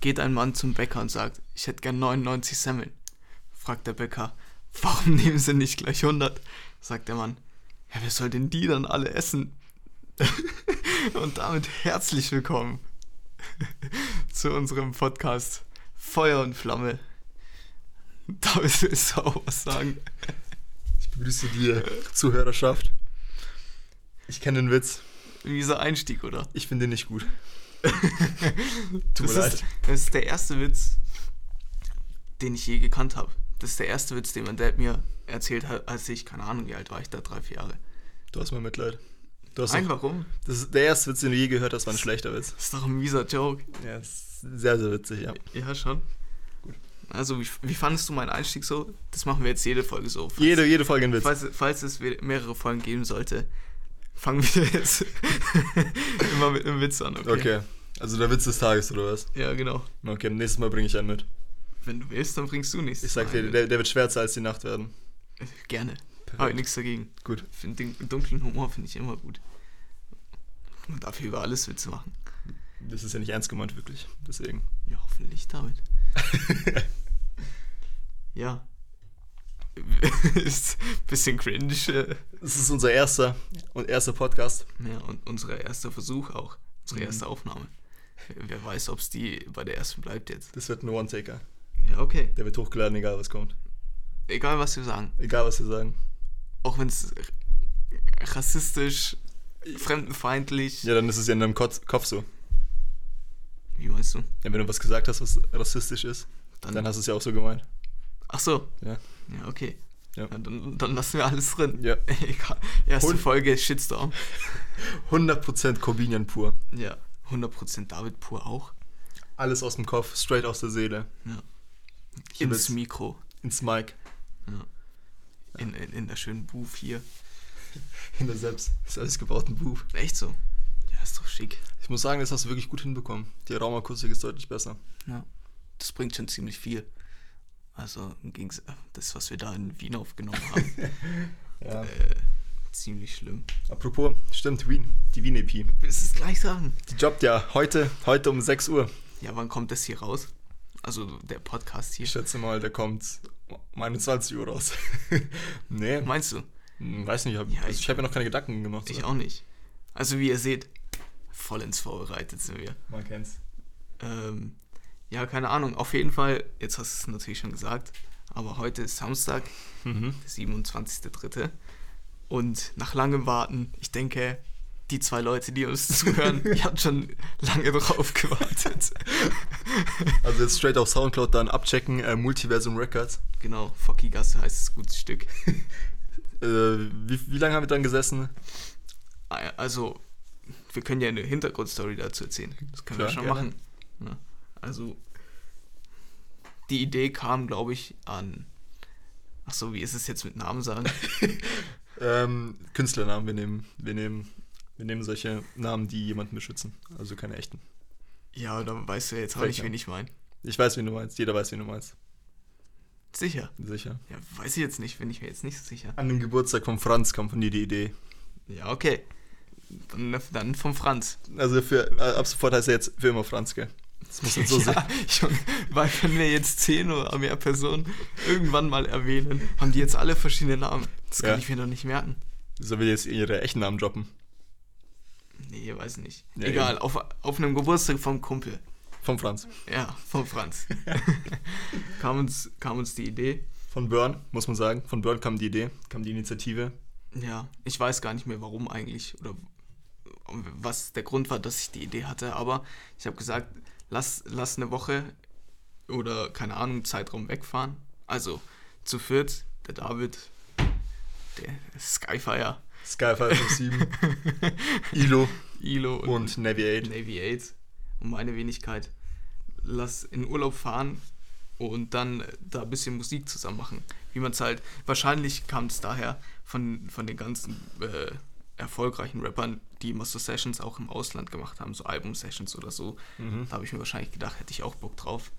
geht ein Mann zum Bäcker und sagt, ich hätte gern 99 Semmeln. Fragt der Bäcker, warum nehmen Sie nicht gleich 100? Sagt der Mann, ja, wer soll denn die dann alle essen? und damit herzlich willkommen zu unserem Podcast Feuer und Flamme. David, willst du auch was sagen? Ich begrüße die Zuhörerschaft. Ich kenne den Witz. Wieso Einstieg, oder? Ich finde ihn nicht gut. Tut Das mir leid. ist, das ist der erste Witz, den ich je gekannt habe. Das ist der erste Witz, den mein Dad mir erzählt hat, als ich, keine Ahnung, wie alt war ich da, drei, vier Jahre. Du hast mein Mitleid. Du hast Nein, auch, warum? das ist der erste Witz, den du je gehört hast, war ein schlechter Witz. Das ist doch ein mieser Joke. Ja, ist sehr, sehr witzig, ja. Ja, schon. Gut. Also, wie, wie fandest du meinen Einstieg so? Das machen wir jetzt jede Folge so. Falls, Jede, jede Folge ein Witz. Falls, falls es we- mehrere Folgen geben sollte, fangen wir jetzt immer mit einem Witz an, okay? okay. also der Witz des Tages, oder was? Ja, genau. Okay, nächstes Mal bringe ich einen mit. Wenn du willst, dann bringst du nichts. Äh, Ich sag dir, der, der wird schwärzer als die Nacht werden. Gerne. Habe ich nichts dagegen. Gut. Find Den dunklen Humor finde ich immer gut. Man darf hier über alles Witze machen. Das ist ja nicht ernst gemeint, wirklich. Deswegen. Ja, hoffentlich damit. ja. ist ein bisschen cringe. äh, Es ist unser erster und erster Podcast. Ja, und unser erster Versuch auch. Unsere Mhm. erste Aufnahme. Wer weiß, ob es die bei der ersten bleibt jetzt. Das wird ein One-Taker. Ja, okay. Der wird hochgeladen, egal was kommt. Egal, was wir sagen. Egal was wir sagen. Auch wenn es rassistisch, fremdenfeindlich. Ja, dann ist es ja in deinem Kotz- Kopf so. Wie meinst du? Ja, wenn du was gesagt hast, was rassistisch ist, dann, hast du es ja auch so gemeint. Ach so. Ja. Ja, okay. Ja. Na, dann, dann lassen wir alles drin. Ja. Egal. Erste Hund- Folge Shitstorm. 100% Corbinian pur. Ja. 100% David pur auch. Alles aus dem Kopf, straight aus der Seele. hab Ins jetzt- Mikro. Ins Mic. In, in, in der schönen Booth hier. In der selbst, selbst gebauten Booth. Echt so. Ja, ist doch schick. Ich muss sagen, das hast du wirklich gut hinbekommen. Die Raumakustik ist deutlich besser. Das bringt schon ziemlich viel. Also im Gegensatz, das, was wir da in Wien aufgenommen haben, Ja. äh, ziemlich schlimm. Apropos, stimmt, Wien. Die Wien-EP. Willst du es gleich sagen? Die jobbt ja heute, heute um 6 Uhr. Ja, wann kommt das hier raus? Also der Podcast hier. Ich schätze mal, der kommt um 21 Uhr raus. nee, Meinst du? hm, weiß nicht. Hab, Ja, also ich- ich habe mir noch keine Gedanken gemacht. Ich auch nicht. Also wie ihr seht, vollends vorbereitet sind wir. Man kennt's. Ähm, ja, keine Ahnung. Auf jeden Fall, jetzt hast du es natürlich schon gesagt, aber heute ist Samstag, Mhm. der 27.3. Und nach langem Warten, ich denke, die zwei Leute, die uns zuhören, ihr habt schon lange drauf gewartet. Also jetzt straight auf Soundcloud dann abchecken, äh, Multiversum Records. genau, Focky Gasse heißt das gutes Stück. Äh, wie, wie lange haben wir dann gesessen? Also, wir können ja eine Hintergrundstory dazu erzählen. Das können wir Klar, schon gerne. machen. Ja, also, die Idee kam, glaube ich, an. Ach so, wie ist es jetzt mit Namen sagen? Ähm, Künstlernamen, wir nehmen, wir nehmen, wir nehmen solche Namen, die jemanden beschützen. Also keine echten. Ja, dann weißt du jetzt auch Fällt nicht, mir wen ich meine. Ich weiß, wen du meinst. Jeder weiß, wen du meinst. Sicher. Sicher. Ja, weiß ich jetzt nicht, bin ich mir jetzt nicht so sicher. An dem Geburtstag von Franz kam von dir die Idee. Ja, okay. Dann, dann vom Franz. Also für, äh, ab sofort heißt er jetzt für immer Franz, gell? Das muss jetzt so sein. ja, Junge, weil wenn wir jetzt zehn oder mehr Personen irgendwann mal erwähnen, haben die jetzt alle verschiedene Namen. Das kann Ja. ich mir noch nicht merken. Soll wir jetzt ihre echten Namen droppen? Nee, weiß nicht. Ja, Egal, auf, auf einem Geburtstag vom Kumpel. Von Franz. Ja, vom Franz. kam, uns, kam uns die Idee. Von Burn, muss man sagen. Von Burn kam die Idee, kam die Initiative. Ja, ich weiß gar nicht mehr, warum eigentlich oder was der Grund war, dass ich die Idee hatte, aber ich habe gesagt, lass, lass eine Woche oder keine Ahnung, Zeitraum wegfahren. Also zu viert, der David, der Skyfire, Skyfire 57, Ilo Ilo und Navy 8. Navy 8 und meine Wenigkeit. Lass in Urlaub fahren und dann äh, da ein bisschen Musik zusammen machen. Wie man es halt, wahrscheinlich kam es daher von, von den ganzen äh, erfolgreichen Rappern, die immer so Sessions auch im Ausland gemacht haben, so Album-Sessions oder so. Mhm. Da habe ich mir wahrscheinlich gedacht, hätte ich auch Bock drauf.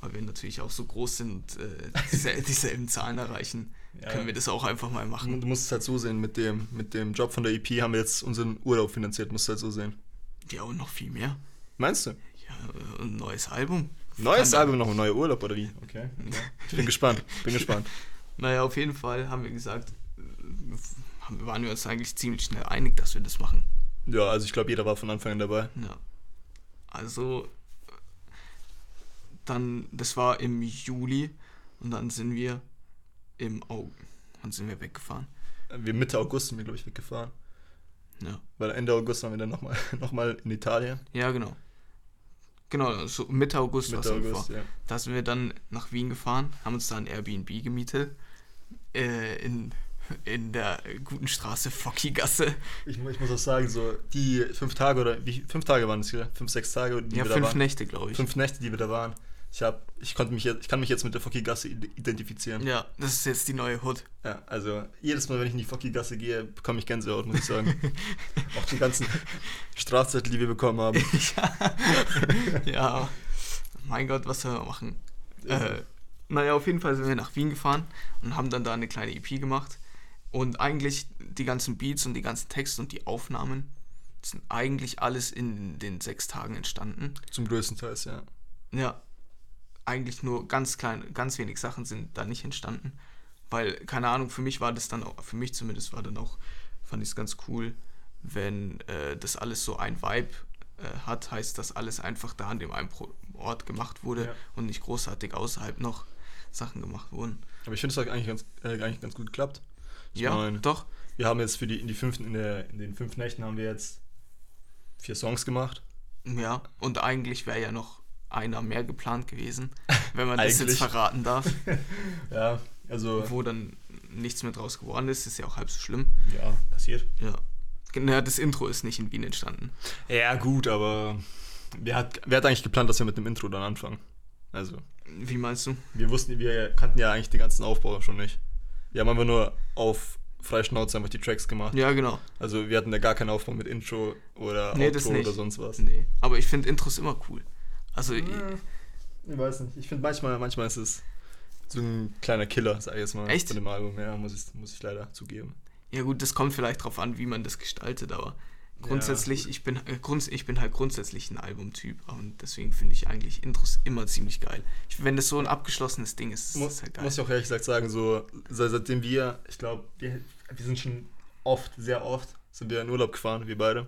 Weil wir natürlich auch so groß sind und äh, diesel- dieselben Zahlen erreichen, Ja. können wir das auch einfach mal machen. Du musst es halt so sehen, mit dem, mit dem Job von der EP haben wir jetzt unseren Urlaub finanziert, musst du halt so sehen. Ja, und noch viel mehr. Meinst du? Ja, äh, ein neues Album. Neues Kann- Album, noch ein neuer Urlaub oder wie? Okay. Ich bin gespannt. Bin gespannt. Naja, auf jeden Fall haben wir gesagt, äh, haben- waren wir uns eigentlich ziemlich schnell einig, dass wir das machen. Ja, also ich glaube, jeder war von Anfang an dabei. Ja. Also, dann, das war im Juli und dann sind wir im August, wann sind wir weggefahren? Wir Mitte August sind wir, glaube ich, weggefahren. Ja, Weil Ende August waren wir dann nochmal noch mal in Italien. ja genau. Genau, so Mitte August war's Mitte ungefähr. August, ja. Da sind wir dann nach Wien gefahren, haben uns da ein Airbnb gemietet. Äh, in, in der guten Straße Focki-Gasse. Ich, mu- ich muss auch sagen, so die fünf Tage oder wie fünf Tage waren es, gell? Fünf, sechs Tage, die Ja, wir da fünf waren. Nächte, glaube ich. Fünf Nächte, die wir da waren. Ich, hab, ich, konnte mich jetzt, ich kann mich jetzt mit der Focki-Gasse ide- identifizieren. Ja. Ja, das ist jetzt die neue Hood. also jedes Mal, wenn ich in die Focki-Gasse gehe, bekomme ich Gänsehaut, muss ich sagen. auch die ganzen Strafzettel, die wir bekommen haben. ja. Mein Gott, was soll man machen? Äh, naja, auf jeden Fall sind wir nach Wien gefahren und haben dann da eine kleine EP gemacht. Und eigentlich die ganzen Beats und die ganzen Texte und die Aufnahmen sind eigentlich alles in den sechs Tagen entstanden. Zum größten Teil, ja. Ja, eigentlich nur ganz klein, ganz wenig Sachen sind da nicht entstanden. Weil, keine Ahnung, für mich war das dann auch, für mich zumindest war dann auch, fand ich es ganz cool, wenn äh, das alles so ein Vibe äh, hat, heißt, dass alles einfach da an dem einen Pro Ort gemacht wurde Ja. und nicht großartig außerhalb noch Sachen gemacht wurden. Aber ich finde, es hat eigentlich ganz, äh, eigentlich ganz gut geklappt. Ich ja, mein, doch. Wir haben jetzt für die, in, die fünften, in, der, in den fünf Nächten haben wir jetzt vier Songs gemacht. Ja, und eigentlich wäre ja noch einer mehr geplant gewesen, wenn man das jetzt Eigentlich. verraten darf, Ja, also, wo dann nichts mehr draus geworden ist, ist ja auch halb so schlimm. ja, passiert. Ja. Naja, das Intro ist nicht in Wien entstanden. Ja, gut, aber wer hat, wer hat eigentlich geplant, dass wir mit dem Intro dann anfangen? Also, Wie meinst du? wir wussten, wir kannten ja eigentlich den ganzen Aufbau schon nicht. Wir haben einfach nur auf Freischnauze einfach die Tracks gemacht. Ja, genau. Also, wir hatten da gar keinen Aufbau mit Intro oder Nee, das Outro nicht. oder sonst was. Nee. Aber ich finde Intros immer cool. Also, i- Ich weiß nicht. Ich finde manchmal, manchmal ist es so ein kleiner Killer, sag ich jetzt mal, Echt? von dem Album. Ja, muss ich, muss ich leider zugeben. ja gut, das kommt vielleicht drauf an, wie man das gestaltet, aber grundsätzlich, ich, bin, äh, grunds ich bin halt grundsätzlich ein Albumtyp und deswegen finde ich eigentlich Intros immer ziemlich geil. Ich, wenn das so ein abgeschlossenes Ding ist, ist Muss, das halt geil. muss ich auch ehrlich gesagt sagen, so seit, seitdem wir, ich glaube, wir, wir sind schon oft, sehr oft, sind wir in Urlaub gefahren, wir beide.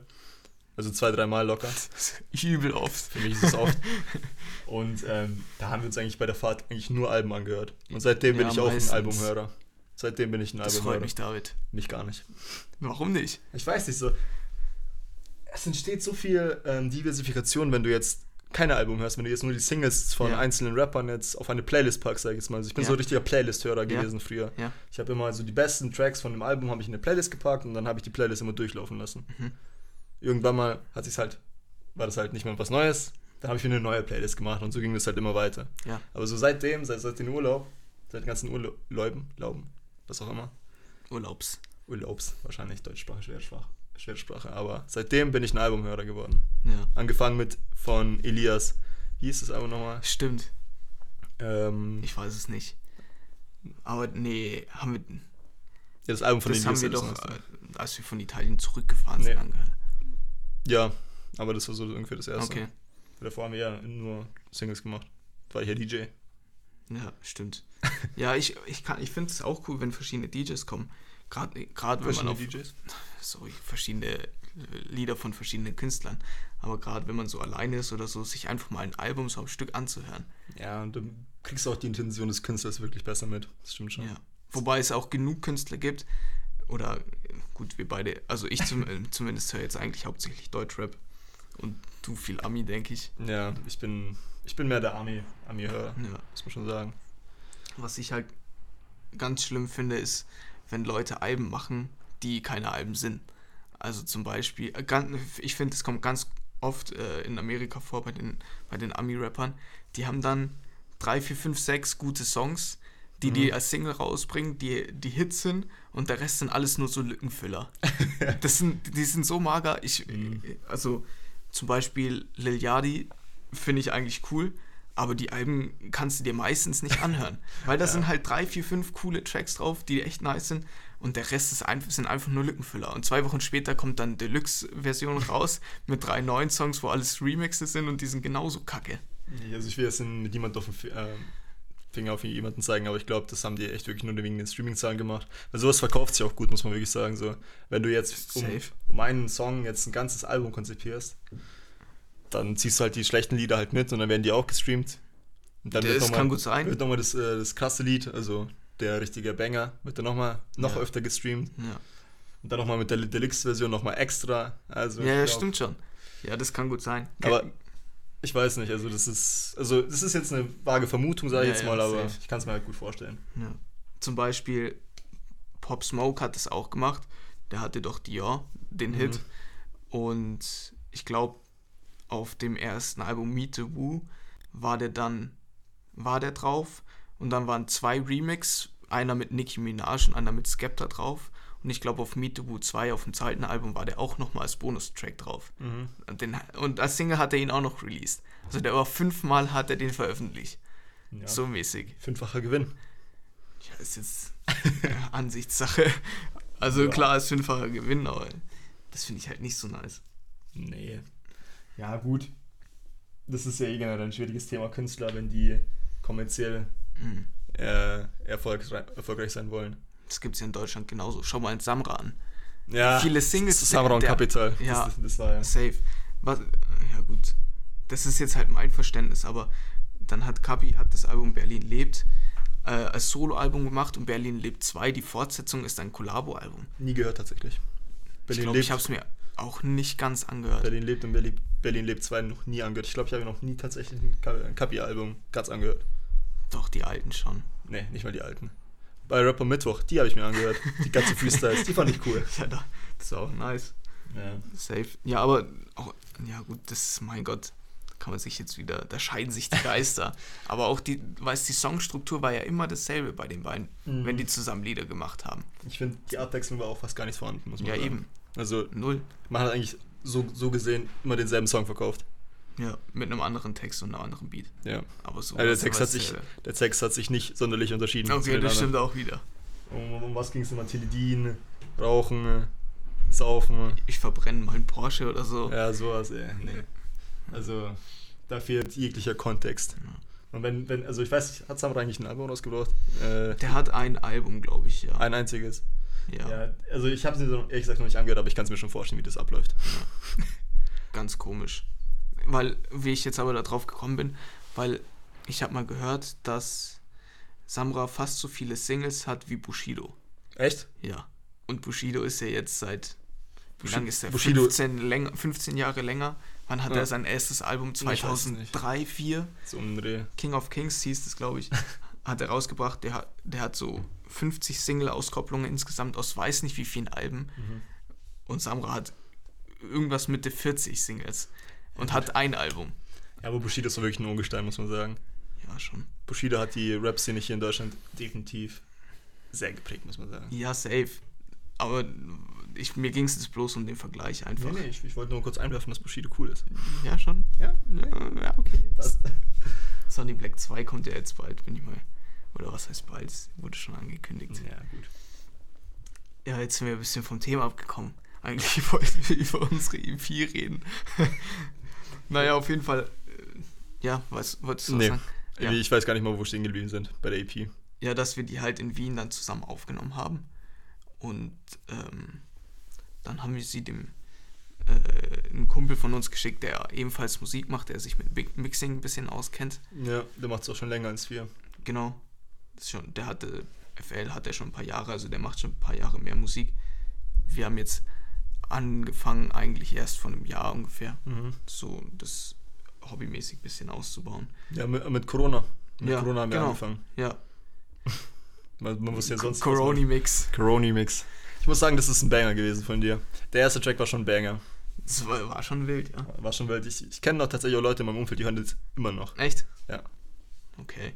Also zwei, dreimal locker. Übel oft. Für mich ist es oft. Und ähm, da haben wir uns eigentlich bei der Fahrt eigentlich nur Alben angehört. Und seitdem bin Ja, ich auch meistens. ein Albumhörer. Seitdem bin ich ein Das Albumhörer. freut mich, David. mich gar nicht. Warum nicht? Ich weiß nicht so. Es entsteht so viel ähm, Diversifikation, wenn du jetzt keine Album hörst, wenn du jetzt nur die Singles von Ja. einzelnen Rappern jetzt auf eine Playlist packst, sag ich jetzt mal. Also ich bin Ja. so ein richtiger Playlist-Hörer Ja. gewesen früher. Ja. Ich habe immer so die besten Tracks von dem Album habe ich in eine Playlist gepackt und dann habe ich die Playlist immer durchlaufen lassen. Mhm. Irgendwann mal hat sich's halt, war das halt nicht mehr was Neues. Dann habe ich mir eine neue Playlist gemacht und so ging das halt immer weiter. Ja. Aber so seitdem, seit, seit den Urlaub, seit den ganzen Urlauben, Lauben, was auch immer, Urlaubs. Urlaubs, wahrscheinlich Deutschsprache, Schwersprache, Schwersprache. Aber seitdem bin ich ein Albumhörer geworden. Ja. Angefangen mit von Elias. Wie hieß das Album nochmal? Stimmt. Ähm, Ich weiß es nicht. Aber nee, haben wir. ja, das Album von das haben Elias. wir das doch, neueste. äh, als wir von Italien zurückgefahren sind, Nee. angehört. Ja, aber das war so ungefähr das erste. äh, Okay. Davor haben wir ja nur Singles gemacht. War ich ja DJ. Ja, stimmt. ja, ich, ich, kann- ich finde es auch cool, wenn verschiedene DJs kommen. Gerade gerade wenn man Verschiedene auf DJs. sorry, verschiedene äh, Lieder von verschiedenen Künstlern. Aber gerade wenn man so alleine ist oder so, sich einfach mal ein Album so am Stück anzuhören. Ja, und du kriegst auch die Intention des Künstlers wirklich besser mit. Das stimmt schon. Ja. Wobei es auch genug Künstler gibt. Oder äh, gut, wir beide, also ich zum, äh, zumindest höre jetzt eigentlich hauptsächlich Deutschrap. Und du viel Ami, denke ich. Ja, ich bin, ich bin mehr der Army, Army-Hörer, Ja. muss man schon sagen. Was ich halt ganz schlimm finde, ist, wenn Leute Alben machen, die keine Alben sind. Also zum Beispiel, äh, gan- ich finde, es kommt ganz oft äh, in Amerika vor bei den, bei den Ami-Rappern. Die haben dann drei, vier, fünf, sechs gute Songs, die die Mhm. als Single rausbringen, die, die Hits sind und der Rest sind alles nur so Lückenfüller. das sind, die sind so mager. Ich, Mhm. Also zum Beispiel Lil Yachty finde ich eigentlich cool, aber die Alben kannst du dir meistens nicht anhören, weil da Ja. sind halt drei, vier, fünf coole Tracks drauf, die echt nice sind und der Rest ist einfach, sind einfach nur Lückenfüller. Und zwei Wochen später kommt dann Deluxe-Version raus mit drei neuen Songs, wo alles Remixes sind und die sind genauso kacke. Also ich will jetzt mit niemand auf den Fi- ähm, Finger auf jemanden zeigen, aber ich glaube, das haben die echt wirklich nur wegen den Streaming-Zahlen gemacht. Weil sowas verkauft sich auch gut, muss man wirklich sagen. So, wenn du jetzt um, Safe. um einen Song jetzt ein ganzes Album konzipierst, dann ziehst du halt die schlechten Lieder halt mit und dann werden die auch gestreamt. Und dann Das noch mal- kann gut sein. Wird nochmal das, äh, das krasse Lied, also der richtige Banger, wird dann nochmal noch Ja. öfter gestreamt. Ja, Und dann nochmal mit der Deluxe-Version nochmal extra. Also ja, ja ich glaub, stimmt schon. Ja, das kann gut sein. aber ich weiß nicht, also das ist, also das ist jetzt eine vage Vermutung, sage ich Ja, jetzt ja, mal, aber safe. ich kann es mir halt gut vorstellen. Ja. Zum Beispiel Pop Smoke hat es auch gemacht. Der hatte doch Dior, den Mhm. Hit. Und ich glaube, auf dem ersten Album Meet the Woo war der dann, war der drauf. Und dann waren zwei Remix, einer mit Nicki Minaj und einer mit Skepta drauf. Und ich glaube, auf Meet the Woo 2, auf dem zweiten Album, war der auch nochmal als Bonustrack drauf. Mhm. Und, den, und als Single hat er ihn auch noch released. Also der war fünfmal hat er den veröffentlicht. Ja. So mäßig. Fünffacher Gewinn. Ja, ist jetzt ja, Ansichtssache. Also Ja. klar ist fünffacher Gewinn, aber das finde ich halt nicht so nice. Nee. Ja, gut. Das ist ja eh generell ein schwieriges Thema Künstler, wenn die kommerziell Mhm. äh, erfolgsrei- erfolgreich sein wollen. Das gibt es ja in Deutschland genauso. Schau mal ins Samra an. Ja, Viele Singles- Das Samra und der- Kapital. ja. Das, das war ja. Safe. Was, ja gut, das ist jetzt halt mein Verständnis, aber dann hat Kapi hat das Album Berlin lebt äh, als Soloalbum gemacht und Berlin lebt 2, die Fortsetzung ist ein Kollabo-Album. Nie gehört tatsächlich. Ich Berlin glaube, lebt. ich habe es mir auch nicht ganz angehört. Berlin lebt und Berlin, Berlin lebt 2 noch nie angehört. Ich glaube, ich habe noch nie tatsächlich ein Ka- ein Kapi-Album ganz angehört. Doch, die alten schon. Nee, nicht mal die alten. Bei Rapper Mittwoch, die habe ich mir angehört. Die ganzen Freestyles, die fand ich cool. Ja, da- das war auch nice. Ja. Safe. Ja, aber auch, ja gut, das ist, mein Gott, kann man sich jetzt wieder, da scheiden sich die Geister. aber auch die, weißt die Songstruktur war ja immer dasselbe bei den beiden, Mhm. wenn die zusammen Lieder gemacht haben. Ich finde, die Abwechslung war auch fast gar nicht vorhanden, muss man Ja, sagen. eben. Also, Null. man hat eigentlich so, so gesehen immer denselben Song verkauft. Ja, mit einem anderen Text und einem anderen Beat. Ja. Aber so. Also der war's Text, immer hat sich, dasselbe. der Text hat sich nicht sonderlich unterschieden. zu Okay, den das anderen. stimmt auch wieder. Um, um was ging es immer? Teledin, Rauchen, Saufen. Ich verbrenne meinen Porsche oder so. Ja, sowas, ey. Nee. Also, da fehlt jeglicher Kontext. Und wenn, wenn, also ich weiß nicht, hat Samra eigentlich ein Album rausgebracht? Äh, Der hat ein Album, glaube ich, ja. ein einziges. ja. Ja, also ich habe es mir so ehrlich gesagt noch nicht angehört, aber ich kann es mir schon vorstellen, wie das abläuft. Ganz komisch. Weil, wie ich jetzt aber da drauf gekommen bin, weil ich habe mal gehört, dass Samra fast so viele Singles hat wie Bushido. Echt? Ja. Und Bushido ist ja jetzt seit. Wie Bushi- lange ist der? Bushido- 15, länger, 15 Jahre länger. Wann hat Ja. er sein erstes Album? Ich weiß es 2003, 2004? So ein Dreh. King of Kings hieß das, glaube ich. hat er rausgebracht. Der, hat- der hat so 50 Single-Auskopplungen insgesamt aus weiß nicht wie vielen Alben. Und Samra hat irgendwas Mitte 40 Singles. Und hat ein Album. Ja, aber Bushido ist doch wirklich ein Ungestein, muss man sagen. Ja, schon. Bushido hat die Rap-Szene hier in Deutschland definitiv sehr geprägt, muss man sagen. Ja, safe. Aber ich, mir ging es jetzt bloß um den Vergleich einfach. ich, ich wollte nur kurz einwerfen, dass Bushido cool ist. Ja, schon. Ja? Ja, ja, okay. Was? Sonny Black 2 kommt ja jetzt bald, bin ich mal. Oder was heißt bald? Es Wurde schon angekündigt. Ja, gut. Ja, jetzt sind wir ein bisschen vom Thema abgekommen. Eigentlich wollten wir über unsere EP reden. naja, auf jeden Fall. äh, Ja, was wolltest du was Nee. sagen? Ja. Ich weiß gar nicht mal, wo wir stehen geblieben sind bei der E EP. Ja, dass wir die halt in Wien dann zusammen aufgenommen haben. Und ähm, dann haben wir sie dem äh, einen Kumpel von uns geschickt, der ebenfalls Musik macht, der sich mit Mi- Mixing ein bisschen auskennt. Ja, der macht es auch schon länger als wir. Genau. Das ist schon, der hatte, FL hat er schon ein paar Jahre, also der macht schon ein paar Jahre mehr Musik. Wir haben jetzt angefangen, eigentlich erst vor einem Jahr ungefähr, Mhm. so das hobbymäßig ein bisschen auszubauen. Ja, mit, mit Corona. Mit Ja, Corona haben wir genau. angefangen. Ja, Man, man wusste ja sonst was machen. Coroni-Mix. Coroni-Mix. Ich muss sagen, das ist ein Banger gewesen von dir. Der erste Track war schon ein Banger. Das war, war schon wild, ja. War schon wild. Ich, ich kenne noch tatsächlich auch Leute in meinem Umfeld, die hören das immer noch. Echt? Ja. Okay.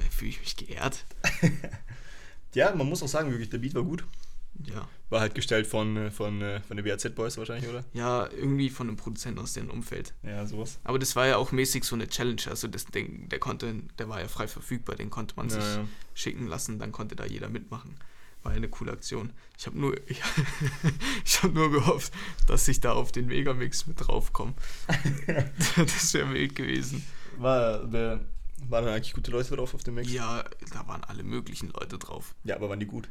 Äh, Fühle ich mich geehrt. Ja, man muss auch sagen, wirklich, der Beat war gut. Ja. War halt gestellt von, äh, von, äh, von den BAZ Boys wahrscheinlich, oder? Ja, irgendwie von einem Produzenten aus deren Umfeld. Ja, sowas. Aber das war ja auch mäßig so eine Challenge. Also das Ding, der Content, der war ja frei verfügbar, den konnte man Ja, sich ja. schicken lassen, dann konnte da jeder mitmachen. War eine coole Aktion. Ich habe nur, ich, ich hab nur gehofft, dass ich da auf den Megamix mit draufkomme. das wäre wild gewesen. War, der, waren da eigentlich gute Leute drauf auf dem Mac? Ja, da waren alle möglichen Leute drauf. Ja, aber waren die gut?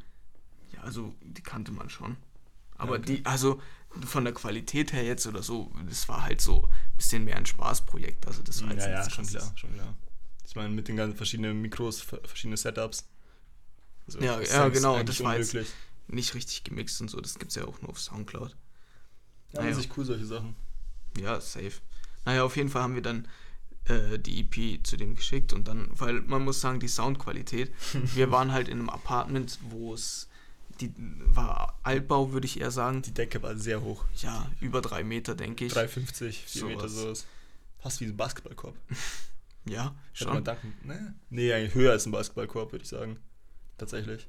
Ja, also die kannte man schon. Aber okay. die, also von der Qualität her jetzt oder so, das war halt so ein bisschen mehr ein Spaßprojekt. Also das war jetzt ja, ja, nichts schon Krasses. klar, schon klar. Ich meine, mit den ganzen verschiedenen Mikros, ver- verschiedene Setups. Also, Ja, das ja, ist genau, eigentlich das war jetzt- unmöglich. Nicht richtig gemixt und so, das gibt's ja auch nur auf Soundcloud. Ja, an Naja. sich cool, solche Sachen. Ja, safe. Naja, auf jeden Fall haben wir dann äh, die EP zu dem geschickt und dann, weil man muss sagen, die Soundqualität, wir waren halt in einem Apartment, wo es, die war Altbau, würde ich eher sagen, Die Decke war sehr hoch. ja, über drei Meter, denke ich. 3,50, 4 Meter Sowas. sowas. Fast wie ein Basketballkorb. Ja, Hätte man schon. danken. Ne? Nee, eigentlich höher als ein Basketballkorb, würde ich sagen. Tatsächlich.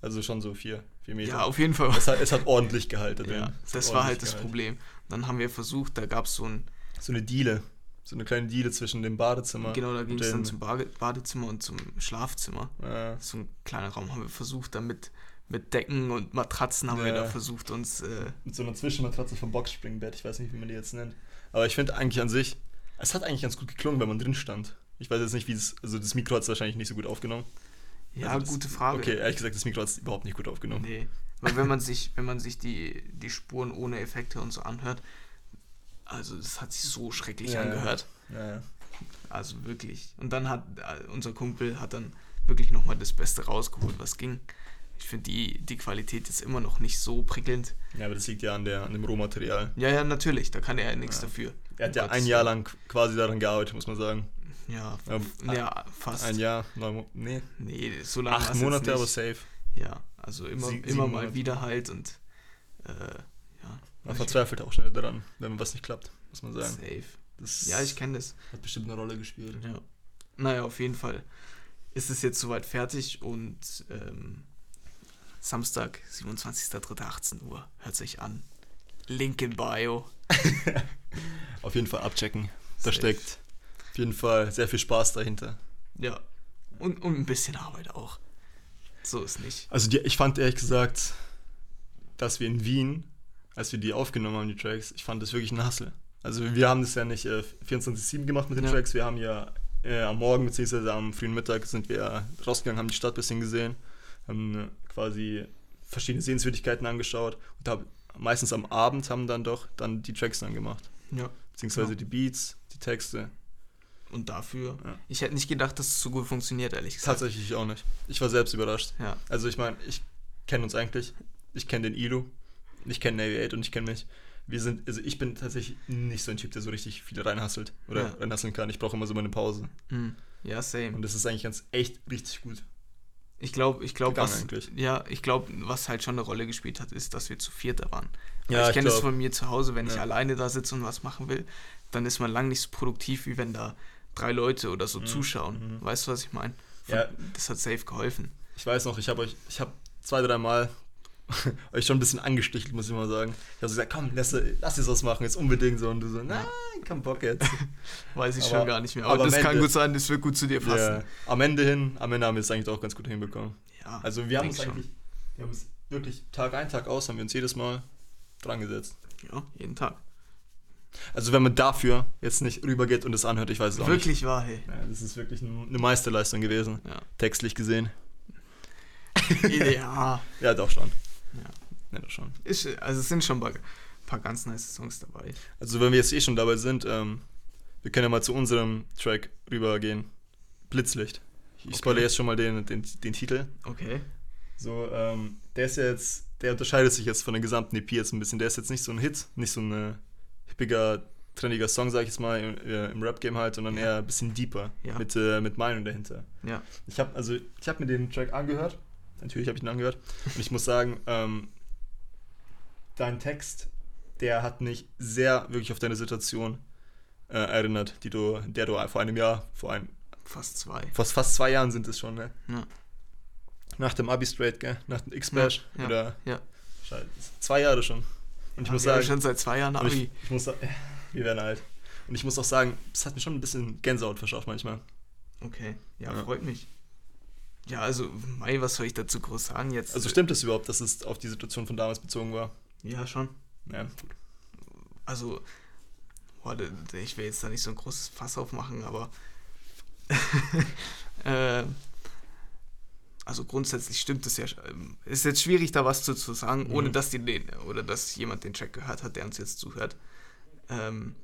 Also schon so 4, 4 Meter. Ja, auf jeden Fall. Es hat, es hat ordentlich gehalten. denn Ja, es hat das war ordentlich halt das gehalten. Problem. Dann haben wir versucht, da gab es so ein, So eine Diele. So eine kleine Diele zwischen dem Badezimmer. genau, da ging es dann den- zum Bade- Badezimmer und zum Schlafzimmer. Äh, So ein kleiner Raum haben wir versucht, dann mit, mit Decken und Matratzen haben wir Ja. da versucht, uns, äh, mit so einer Zwischenmatratze vom Boxspringbett. Ich weiß nicht, wie man die jetzt nennt. Aber ich finde eigentlich an sich, es hat eigentlich ganz gut geklungen, wenn man drin stand. Ich weiß jetzt nicht, wie es. Also das Mikro hat es wahrscheinlich nicht so gut aufgenommen. ja, also das, gute Frage. Okay, ehrlich gesagt, das Mikro hat es überhaupt nicht gut aufgenommen. Nee. Weil wenn man sich, wenn man sich die, die Spuren ohne Effekte und so anhört, also das hat sich so schrecklich Ja, ja. angehört. Naja. Also wirklich. Und dann hat äh, unser Kumpel hat dann wirklich nochmal das Beste rausgeholt, was ging. Ich finde die, die Qualität jetzt immer noch nicht so prickelnd. Ja, aber das liegt ja an, der, an dem Rohmaterial. Ja, ja, natürlich, da kann er ja nichts Ja. dafür. Er hat ja Um ein Gottes Jahr lang quasi daran gearbeitet, muss man sagen. Ja, Ja, ja, ja fast. Ein Jahr, neun Monate. Nee, Nee, so lange acht war's jetzt Monate, nicht. aber safe. Ja, also immer, Sie- immer sieben mal Monate. wieder halt und äh, ja. Man Also ich- verzweifelt auch schnell daran, wenn was nicht klappt, muss man sagen. Safe. Das Ja, ich kenne das. hat bestimmt eine Rolle gespielt. Ja. Naja, auf jeden Fall ist es jetzt soweit fertig und ähm, Samstag, 27.03.18 Uhr, hört sich an. Link in Bio. Auf jeden Fall abchecken. Da Safe. steckt auf jeden Fall sehr viel Spaß dahinter. Ja. Und, und ein bisschen Arbeit auch. So ist nicht. Also die, ich fand ehrlich gesagt, dass wir in Wien, als wir die aufgenommen haben, die Tracks, ich fand das wirklich ein Hassel. Also wir haben das ja nicht äh, 24-7 gemacht mit den Ja. Tracks, wir haben ja äh, am Morgen bzw. am frühen Mittag sind wir rausgegangen, haben die Stadt ein bisschen gesehen, haben äh, quasi verschiedene Sehenswürdigkeiten angeschaut und hab, meistens am Abend haben dann doch dann die Tracks dann gemacht, Ja. beziehungsweise Ja. die Beats, die Texte. Und dafür. Ja. Ich hätte nicht gedacht, dass es so gut funktioniert, ehrlich gesagt. Tatsächlich auch nicht. Ich war selbst überrascht. Ja. Also ich meine, ich kenne uns eigentlich. Ich kenne den Ilu, ich kenne Navy 8 und ich kenne mich. Wir sind, also ich bin tatsächlich nicht so ein Typ, der so richtig viel reinhasselt oder Ja. reinhasseln kann. Ich brauche immer so meine Pause. Hm. Ja, same. Und das ist eigentlich ganz echt richtig gut. Ich glaube, ich glaube, Gegangen was, eigentlich. ja, ich glaub, was halt schon eine Rolle gespielt hat, ist, dass wir zu viert da waren. Ja, Ja, ich ich kenne das glaub. von mir zu Hause, wenn ich Ja. alleine da sitze und was machen will, dann ist man lang nicht so produktiv, wie wenn da drei Leute oder so zuschauen. mhm. Weißt du, was ich meine? Ja. Das hat safe geholfen. Ich weiß noch, ich habe euch, ich habe zwei, drei Mal euch schon ein bisschen angestichelt, muss ich mal sagen. Ich habe so gesagt, komm, lass, lass jetzt was machen, jetzt unbedingt so. Und du so, nein, kein Bock jetzt. Weiß ich Aber- schon gar nicht mehr. Aber, aber am das kann Ende- gut sein, das wird gut zu dir Ja. passen. Am Ende hin, am Ende haben wir es eigentlich auch ganz gut hinbekommen. Ja, Also wir haben denk uns eigentlich, wir haben uns wirklich Tag ein, Tag aus, haben wir uns jedes Mal dran gesetzt. Ja, jeden Tag. Also wenn man dafür jetzt nicht rübergeht und es anhört, ich weiß es auch Wirklich wahr, hey. nicht. Ja, das ist wirklich ein- eine Meisterleistung gewesen, Ja. textlich gesehen. ja. Ja, doch schon. Ja. Ja, doch schon. Ist, also es sind schon ein paar, paar ganz nice Songs dabei. Also wenn wir jetzt eh schon dabei sind, ähm, wir können ja mal zu unserem Track rübergehen. Blitzlicht. Ich Okay. spoilere jetzt schon mal den, den, den Titel. Okay. So, ähm, der ist jetzt, der unterscheidet sich jetzt von der gesamten EP jetzt ein bisschen. Der ist jetzt nicht so ein Hit, nicht so ein äh, hippiger, trendiger Song, sag ich jetzt mal, im, äh, im Rap-Game halt, sondern Ja. eher ein bisschen deeper Ja. mit, äh, mit Meinung dahinter. Ja. Ich habe also, ich habe mir den Track angehört. Natürlich habe ich ihn angehört. Und ich muss sagen, ähm, dein Text, der hat mich sehr wirklich auf deine Situation äh, erinnert, die du, in der du vor einem Jahr, vor einem, Fast zwei. vor fast zwei Jahren sind es schon, ne? Ja. Nach dem Abi Straight, gell? Nach dem X-Bash Ja, ja, oder ja. Scheiße, zwei Jahre schon. Und ich muss Haben wir sagen, schon seit zwei Jahren aber Abi. ich, ich muss, sa- wir werden alt. Und ich muss auch sagen, es hat mir schon ein bisschen Gänsehaut verschafft manchmal. Okay, ja, Ja. freut mich. Ja, also, Mai, was soll ich dazu groß sagen jetzt? Also stimmt es überhaupt, dass es auf die Situation von damals bezogen war? Ja, schon. Ja. Also, boah, da- da- ich will jetzt da nicht so ein großes Fass aufmachen, aber äh, also grundsätzlich stimmt es ja. ähm, Ist jetzt schwierig, da was zu, zu sagen, ohne Mhm. dass die den, oder dass jemand den Track gehört hat, der uns jetzt zuhört. Ähm,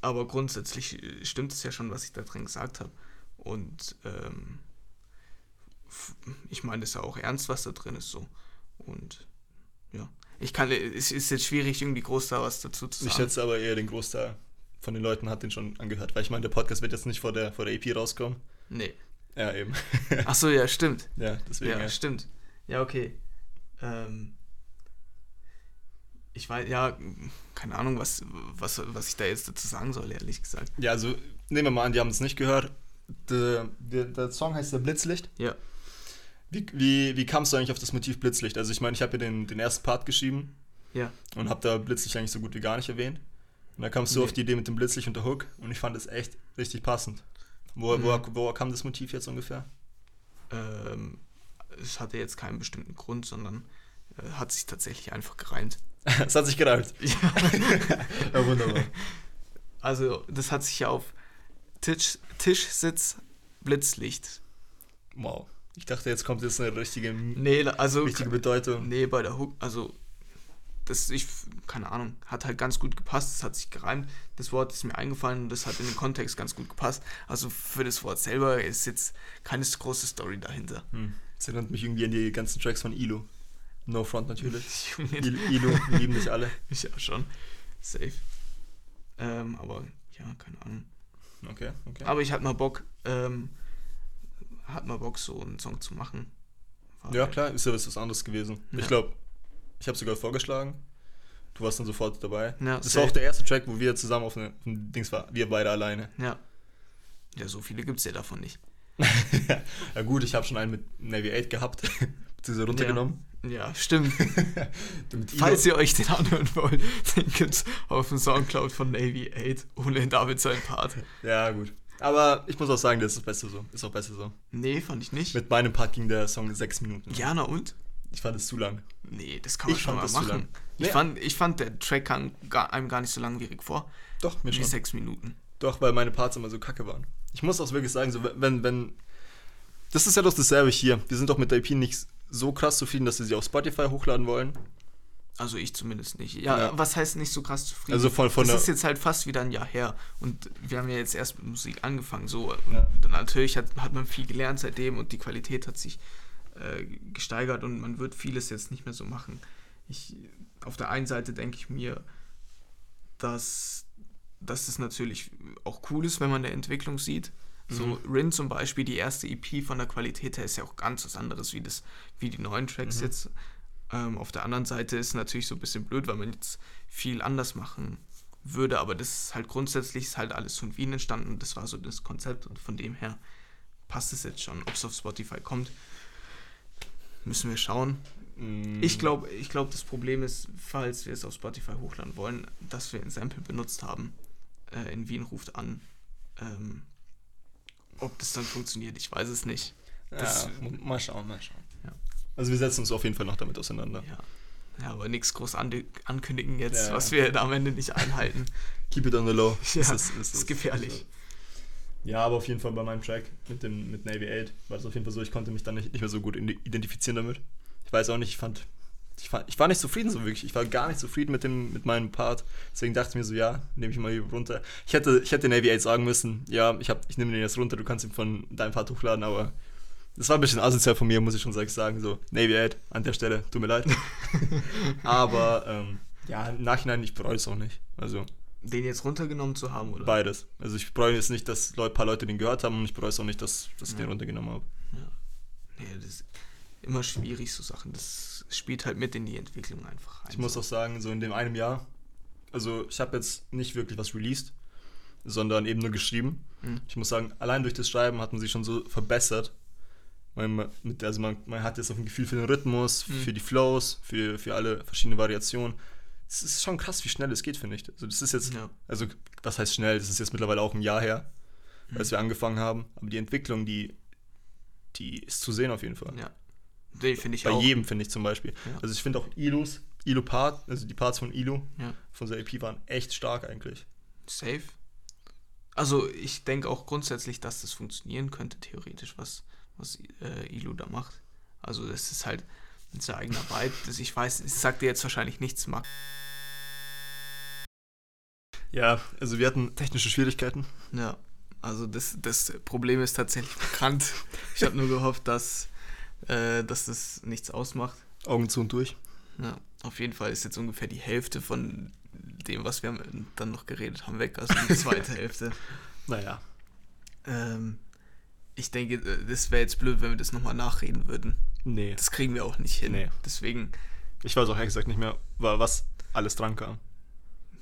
aber grundsätzlich äh, stimmt es ja schon, was ich da drin gesagt habe. Und ähm, f- ich meine, das ist ja auch ernst, was da drin ist so. Und ja. Ich kann, äh, es ist jetzt schwierig, irgendwie groß da was dazu zu Ich sagen. schätze aber eher, den Großteil von den Leuten hat den schon angehört, weil ich meine, der Podcast wird jetzt nicht vor der, vor der EP rauskommen. Nee. Ja, eben. Achso, ja, stimmt. ja, deswegen. ja, Ja, stimmt. Ja, okay. Ähm, ich weiß, ja, keine Ahnung, was, was, was ich da jetzt dazu sagen soll, ehrlich gesagt. ja also nehmen wir mal an, die haben es nicht gehört. Der, der, der Song heißt Der Blitzlicht. Ja. Wie, wie, wie kamst du eigentlich auf das Motiv Blitzlicht? Also ich meine, ich habe ja den, den ersten Part geschrieben Ja. und habe da Blitzlicht eigentlich so gut wie gar nicht erwähnt. Und da kamst du Nee. auf die Idee mit dem Blitzlicht und der Hook und ich fand es echt richtig passend. Woher, Mhm. woher, woher kam das Motiv jetzt ungefähr? Ähm, es hatte jetzt keinen bestimmten Grund, sondern äh, hat sich tatsächlich einfach gereimt. Es hat sich gereimt. Ja. Ja, wunderbar. Also, das hat sich ja auf Tisch, Tischsitz, Blitzlicht. Wow. Ich dachte, jetzt kommt jetzt eine richtige, Nee, also richtige Bedeutung. Nee, bei der Hook, also das ich keine Ahnung, hat halt ganz gut gepasst, es hat sich gereimt. Das Wort ist mir eingefallen und das hat in den Kontext ganz gut gepasst. Also für das Wort selber ist jetzt keine große Story dahinter. Hm. Das erinnert mich irgendwie an die ganzen Tracks von Ilo. No Front natürlich. Junge, Il Ilo, wir lieben dich alle. ich auch schon. Safe. Ähm, aber ja, keine Ahnung. Okay, okay. Aber ich hatte mal Bock, ähm, hat mal Bock, so einen Song zu machen. War ja, halt- klar, ist ja was was anderes gewesen. Ja. Ich glaube, ich habe sogar vorgeschlagen. Du warst dann sofort dabei. Ja, das safe. war auch der erste Track, wo wir zusammen auf einem auf einem Dings waren. Wir beide alleine. Ja. Ja, so viele gibt's ja davon nicht. ja gut, ich habe schon einen mit Navy 8 gehabt, beziehungsweise runtergenommen. Ja, stimmt. Damit Ilo- Falls ihr euch den anhören wollt, den gibt's auf dem Soundcloud von Navy 8 ohne David sein Part. ja, gut. Aber ich muss auch sagen, das ist besser so. Ist auch besser so. Nee, fand ich nicht. Mit meinem Part ging der Song sechs Minuten. Ja, na und? Ich fand es zu lang. Nee, das kann man Ich schon fand mal das zu machen. lang. Ich, Ja. fand, ich fand, der Track kam gar, einem gar nicht so langwierig vor. Doch, mir Wie schon. sechs Minuten. Doch, weil meine Parts immer so kacke waren. Ich muss auch wirklich sagen, so, wenn, wenn. Das ist ja doch dasselbe hier. Wir sind doch mit der IP nicht so krass zufrieden, dass wir sie auf Spotify hochladen wollen. Also ich zumindest nicht. Ja, Ja. was heißt nicht so krass zufrieden? Also von, von das der. ist jetzt halt fast wieder ein Jahr her. Und wir haben ja jetzt erst mit Musik angefangen. So, Ja. Und natürlich hat, hat man viel gelernt seitdem und die Qualität hat sich äh, gesteigert und man wird vieles jetzt nicht mehr so machen. Ich, auf der einen Seite denke ich mir, dass, dass es natürlich auch cool ist, wenn man eine Entwicklung sieht. So Mhm. Rin zum Beispiel, die erste EP von der Qualität her ist ja auch ganz was anderes wie, das, wie die neuen Tracks Mhm. jetzt. Ähm, auf der anderen Seite ist natürlich so ein bisschen blöd, weil man jetzt viel anders machen würde, aber das ist halt grundsätzlich ist halt alles von Wien entstanden und das war so das Konzept und von dem her passt es jetzt schon. Ob es auf Spotify kommt, müssen wir schauen. Mm, Ich glaube, ich glaub, das Problem ist, falls wir es auf Spotify hochladen wollen, dass wir ein Sample benutzt haben. Äh, in Wien ruft an. Ähm, ob das dann funktioniert, ich weiß es nicht. das- Ja, m- mal schauen, mal schauen. Ja. Also, wir setzen uns auf jeden Fall noch damit auseinander. Ja, ja aber nichts groß ande- ankündigen jetzt, Ja. was wir da am Ende nicht einhalten. Keep it on the low. Ja, ist, also. das ist gefährlich. Ja, aber auf jeden Fall bei meinem Track mit, dem, mit Navy 8 war es auf jeden Fall so, ich konnte mich dann nicht, nicht mehr so gut ide- identifizieren damit. Ich weiß auch nicht, ich fand, ich fand, ich war nicht zufrieden so wirklich. Ich war gar nicht zufrieden mit, dem, mit meinem Part. Deswegen dachte ich mir so, ja, nehme ich mal hier runter. Ich hätte, ich hätte Navy 8 sagen müssen, ja, ich, hab, ich nehme den jetzt runter, du kannst ihn von deinem Part hochladen, aber das war ein bisschen asozial von mir, muss ich schon sagen. So, Navy 8, an der Stelle, tut mir leid. aber ähm, ja, im Nachhinein, ich bereue es auch nicht. Also Den jetzt runtergenommen zu haben, oder? Beides. Also ich bereue jetzt nicht, dass ein paar Leute den gehört haben und ich bereue es auch nicht, dass, dass ich Ja. den runtergenommen habe. Ja. Nee, das ist immer schwierig, so Sachen. Das spielt halt mit in die Entwicklung einfach rein. Ich muss so. auch sagen, so in dem einem Jahr, also ich habe jetzt nicht wirklich was released, sondern eben nur geschrieben. Mhm. Ich muss sagen, allein durch das Schreiben hat man sich schon so verbessert. Man, mit, also man, man hat jetzt auch ein Gefühl für den Rhythmus, Mhm. für die Flows, für, für alle verschiedenen Variationen. Es ist schon krass, wie schnell es geht, finde ich. Also das ist jetzt, Ja. also was heißt schnell, das ist jetzt mittlerweile auch ein Jahr her, als wir angefangen haben. Aber die Entwicklung, die, die ist zu sehen auf jeden Fall. Ja. Den finde ich Bei auch. jedem, finde ich zum Beispiel. Ja. Also ich finde auch Ilos, Ilo Part, also die Parts von Ilo Ja. von der EP waren echt stark eigentlich. Safe. Also ich denke auch grundsätzlich, dass das funktionieren könnte, theoretisch, was, was äh, Ilu da macht. Also das ist halt mit seiner eigenen Arbeit. Das, ich weiß, es sagt dir jetzt wahrscheinlich nichts, Max. Ja, also wir hatten technische Schwierigkeiten. Ja, also das, das Problem ist tatsächlich bekannt. Ich habe nur gehofft, dass, äh, dass das nichts ausmacht. Augen zu und durch. Ja, auf jeden Fall ist jetzt ungefähr die Hälfte von dem, was wir dann noch geredet haben, weg. Also die zweite Hälfte. Naja. Ähm, ich denke, das wäre jetzt blöd, wenn wir das nochmal nachreden würden. Nee. Das kriegen wir auch nicht hin. Nee. Deswegen, Ich weiß auch ehrlich gesagt nicht mehr, wa- was alles dran kam.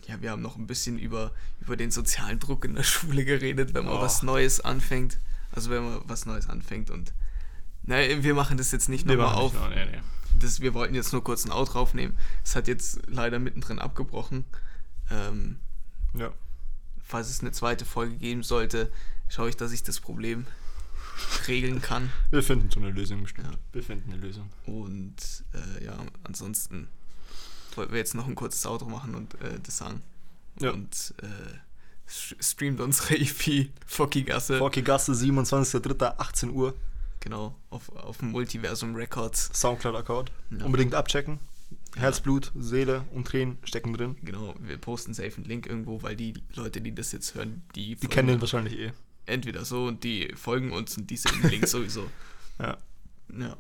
ja, wir haben noch ein bisschen über, über den sozialen Druck in der Schule geredet, wenn man Oh. was Neues anfängt. Also wenn man was Neues anfängt und naja, wir machen das jetzt nicht nochmal auf. Noch, nee, nee. Das, wir wollten jetzt nur kurz ein Out draufnehmen. Es hat jetzt leider mittendrin abgebrochen. Ähm, Ja. falls es eine zweite Folge geben sollte, schaue ich, dass ich das Problem regeln kann. Wir finden so eine Lösung bestimmt. Ja. Wir finden eine Lösung. Und äh, ja, ansonsten wollten wir jetzt noch ein kurzes Outro machen und äh, das sagen. Ja. Und äh, st- streamt unsere EP Focky Gasse. Forky Gasse, 27.03.18 Uhr. Genau, auf, auf dem Multiversum Records. Soundcloud-Account. Ja. Unbedingt abchecken. Ja. Herzblut, Seele und Tränen stecken drin. Genau, wir posten safe einen Link irgendwo, weil die Leute, die das jetzt hören, die, Die kennen den wahrscheinlich eh. entweder so und die folgen uns und die sehen den Link sowieso. Ja. Ja.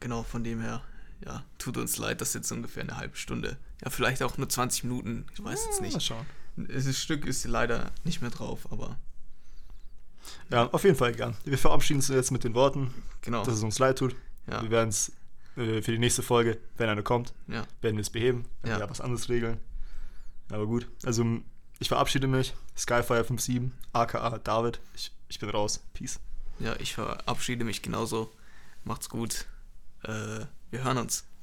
Genau, von dem her, ja, tut uns leid, dass jetzt ungefähr eine halbe Stunde, ja, vielleicht auch nur 20 Minuten, ich weiß jetzt Ja, Mal nicht. schauen. Das Stück ist leider nicht mehr drauf, aber Ja, auf jeden Fall gern. Wir verabschieden uns jetzt mit den Worten, genau. dass es uns leid tut. Ja, Wir werden es äh, für die nächste Folge, wenn eine kommt, ja, werden wir es beheben, wenn Ja. wir da was anderes regeln. Aber gut, also m, ich verabschiede mich. Skyfire57, aka David. Ich, ich bin raus. Peace. ja, ich verabschiede mich genauso. Macht's gut. Äh, wir hören uns.